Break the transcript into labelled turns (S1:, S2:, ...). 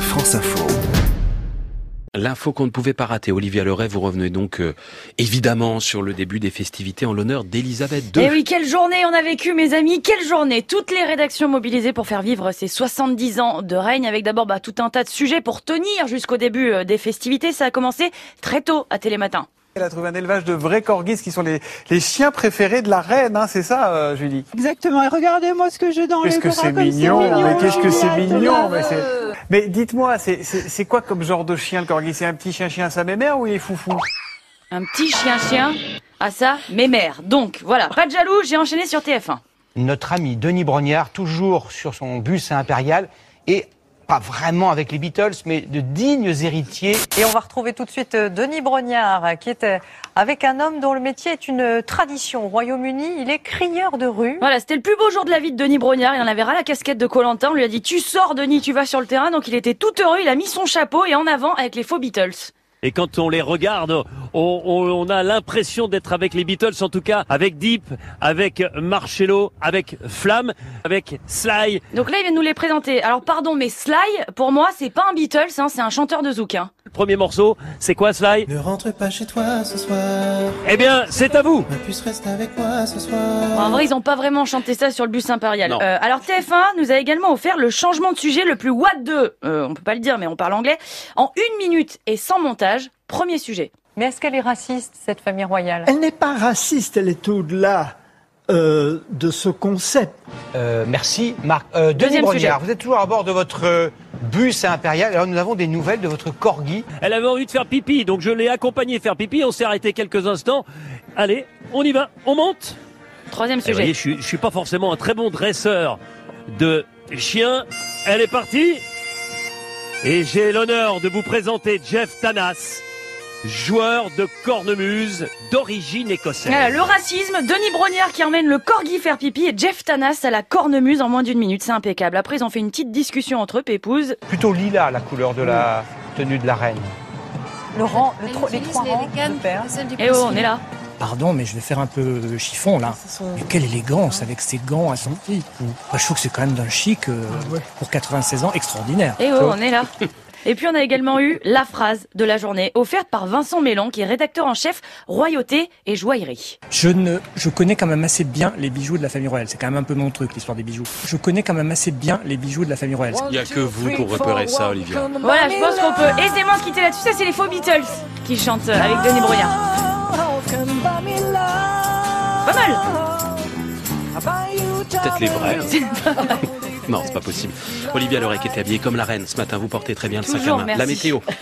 S1: France Info.
S2: L'info qu'on ne pouvait pas rater, Olivia Leray, vous revenez donc euh, évidemment sur le début des festivités en l'honneur d'Elisabeth II.
S3: Et Eh oui, quelle journée on a vécu, mes amis, quelle journée Toutes les rédactions mobilisées pour faire vivre ces 70 ans de règne, avec d'abord bah, tout un tas de sujets pour tenir jusqu'au début euh, des festivités. Ça a commencé très tôt à Télématin.
S4: Elle a trouvé un élevage de vrais corgis qui sont les, les chiens préférés de la reine, hein, c'est ça, euh, Julie
S5: Exactement. Et regardez-moi ce que j'ai dans
S4: Qu'est-ce
S5: les
S4: que
S5: bras,
S4: c'est
S5: comme
S4: mignon, mais qu'est-ce que c'est
S5: Juliette,
S4: mignon
S5: là.
S4: mais, c'est-
S5: Euh.
S4: mais dites-moi, c'est- c'est c'est quoi comme genre de chien le corgi C'est un petit chien-chien à sa mémère ou il est foufou
S3: Un petit chien-chien à sa mémère. Donc voilà, pas de jaloux, j'ai enchaîné sur TF1.
S6: notre ami Denis Brognard, toujours sur son bus impérial, et pas vraiment avec les Beatles, mais de dignes héritiers.
S7: Et on va retrouver tout de suite euh, Denis Brognard, euh, qui est euh, avec un homme dont le métier est une euh, tradition. Au Royaume-Uni, il est crieur de rue.
S3: Voilà, c'était le plus beau jour de la vie de Denis Brognard. Il en avait ras la casquette de Colantin. On lui a dit Tu sors, Denis, tu vas sur le terrain. Donc il était tout heureux. Il a mis son chapeau et en avant avec les faux Beatles.
S8: Et quand on les regarde, on, on- on a l'impression d'être avec les Beatles, en tout cas avec Deep, avec Marcello, avec Flamme, avec Sly.
S3: Donc là, il vient de nous les présenter. Alors pardon, mais Sly, pour moi, c'est pas un Beatles, hein, c'est un chanteur de zouk. hein.
S8: Le premier morceau, c'est quoi Sly
S9: Ne rentre pas chez toi ce soir,
S8: Eh bien, c'est à vous
S9: ma puce reste avec moi ce soir.
S3: En vrai, ils ont pas vraiment chanté ça sur le bus impérial.
S2: Non.
S3: Euh, alors TF1 nous a également offert le changement de sujet le plus what de, euh, on peut pas le dire, mais on parle anglais, en une minute et sans montage. Premier sujet.
S7: Mais est-ce qu'elle est raciste, cette famille royale
S10: Elle n'est pas raciste, elle est au-delà euh, de ce concept.
S6: Euh, merci, Marc. Euh, Denis
S3: Deuxième
S6: Brognard, vous êtes toujours à bord de votre euh, bus impérial. Alors nous avons des nouvelles de votre corgi.
S8: Elle avait envie de faire pipi, donc je l'ai accompagnée faire pipi, on s'est arrêté quelques instants. Allez, on y va, on monte
S3: Troisième
S8: Eh, vous voyez,
S3: sujet.
S8: je, suis- je suis pas forcément un très bon dresseur de chiens. Elle est partie et j'ai l'honneur de vous présenter Jeff Tanas, joueur de cornemuse d'origine écossaise.
S3: Voilà, le racisme, Denis Brognard qui emmène le corgi faire pipi et Jeff Tanas à la cornemuse en moins d'une minute, c'est impeccable. Après, ils ont fait une petite discussion entre eux, pépouze.
S6: Plutôt lilas, la couleur de la tenue de la reine.
S7: le rang, le tro- les trois rangs de père.
S3: Et oh, on est là.
S9: Pardon, mais je vais faire un peu chiffon là. Mais quelle élégance
S3: Ah.
S9: avec ses gants assortis. Moi, je trouve que c'est quand même d'un chic euh, pour 96 ans extraordinaire.
S3: Ah, Et oh, on est là. Et puis on a également eu la phrase de la journée, offerte par Vincent Mélan, qui est rédacteur en chef royauté et joaillerie.
S9: Je ne, je connais quand même assez bien les bijoux de la famille royale. C'est quand même un peu mon truc l'histoire des bijoux. Je connais quand même assez bien les bijoux de la famille royale.
S2: Il n'y a que vous pour repérer ça, Olivia.
S3: Voilà, je pense qu'on peut aisément se quitter là-dessus. Ça, c'est les faux Beatles qui chantent euh, avec Denis Brognard. Pas mal
S2: Peut-être les vrais. non, c'est pas possible. Olivia Leray qui était habillée comme la reine ce matin, vous portez très bien le sac à
S3: Toujours,
S2: main. La
S3: merci.
S2: météo.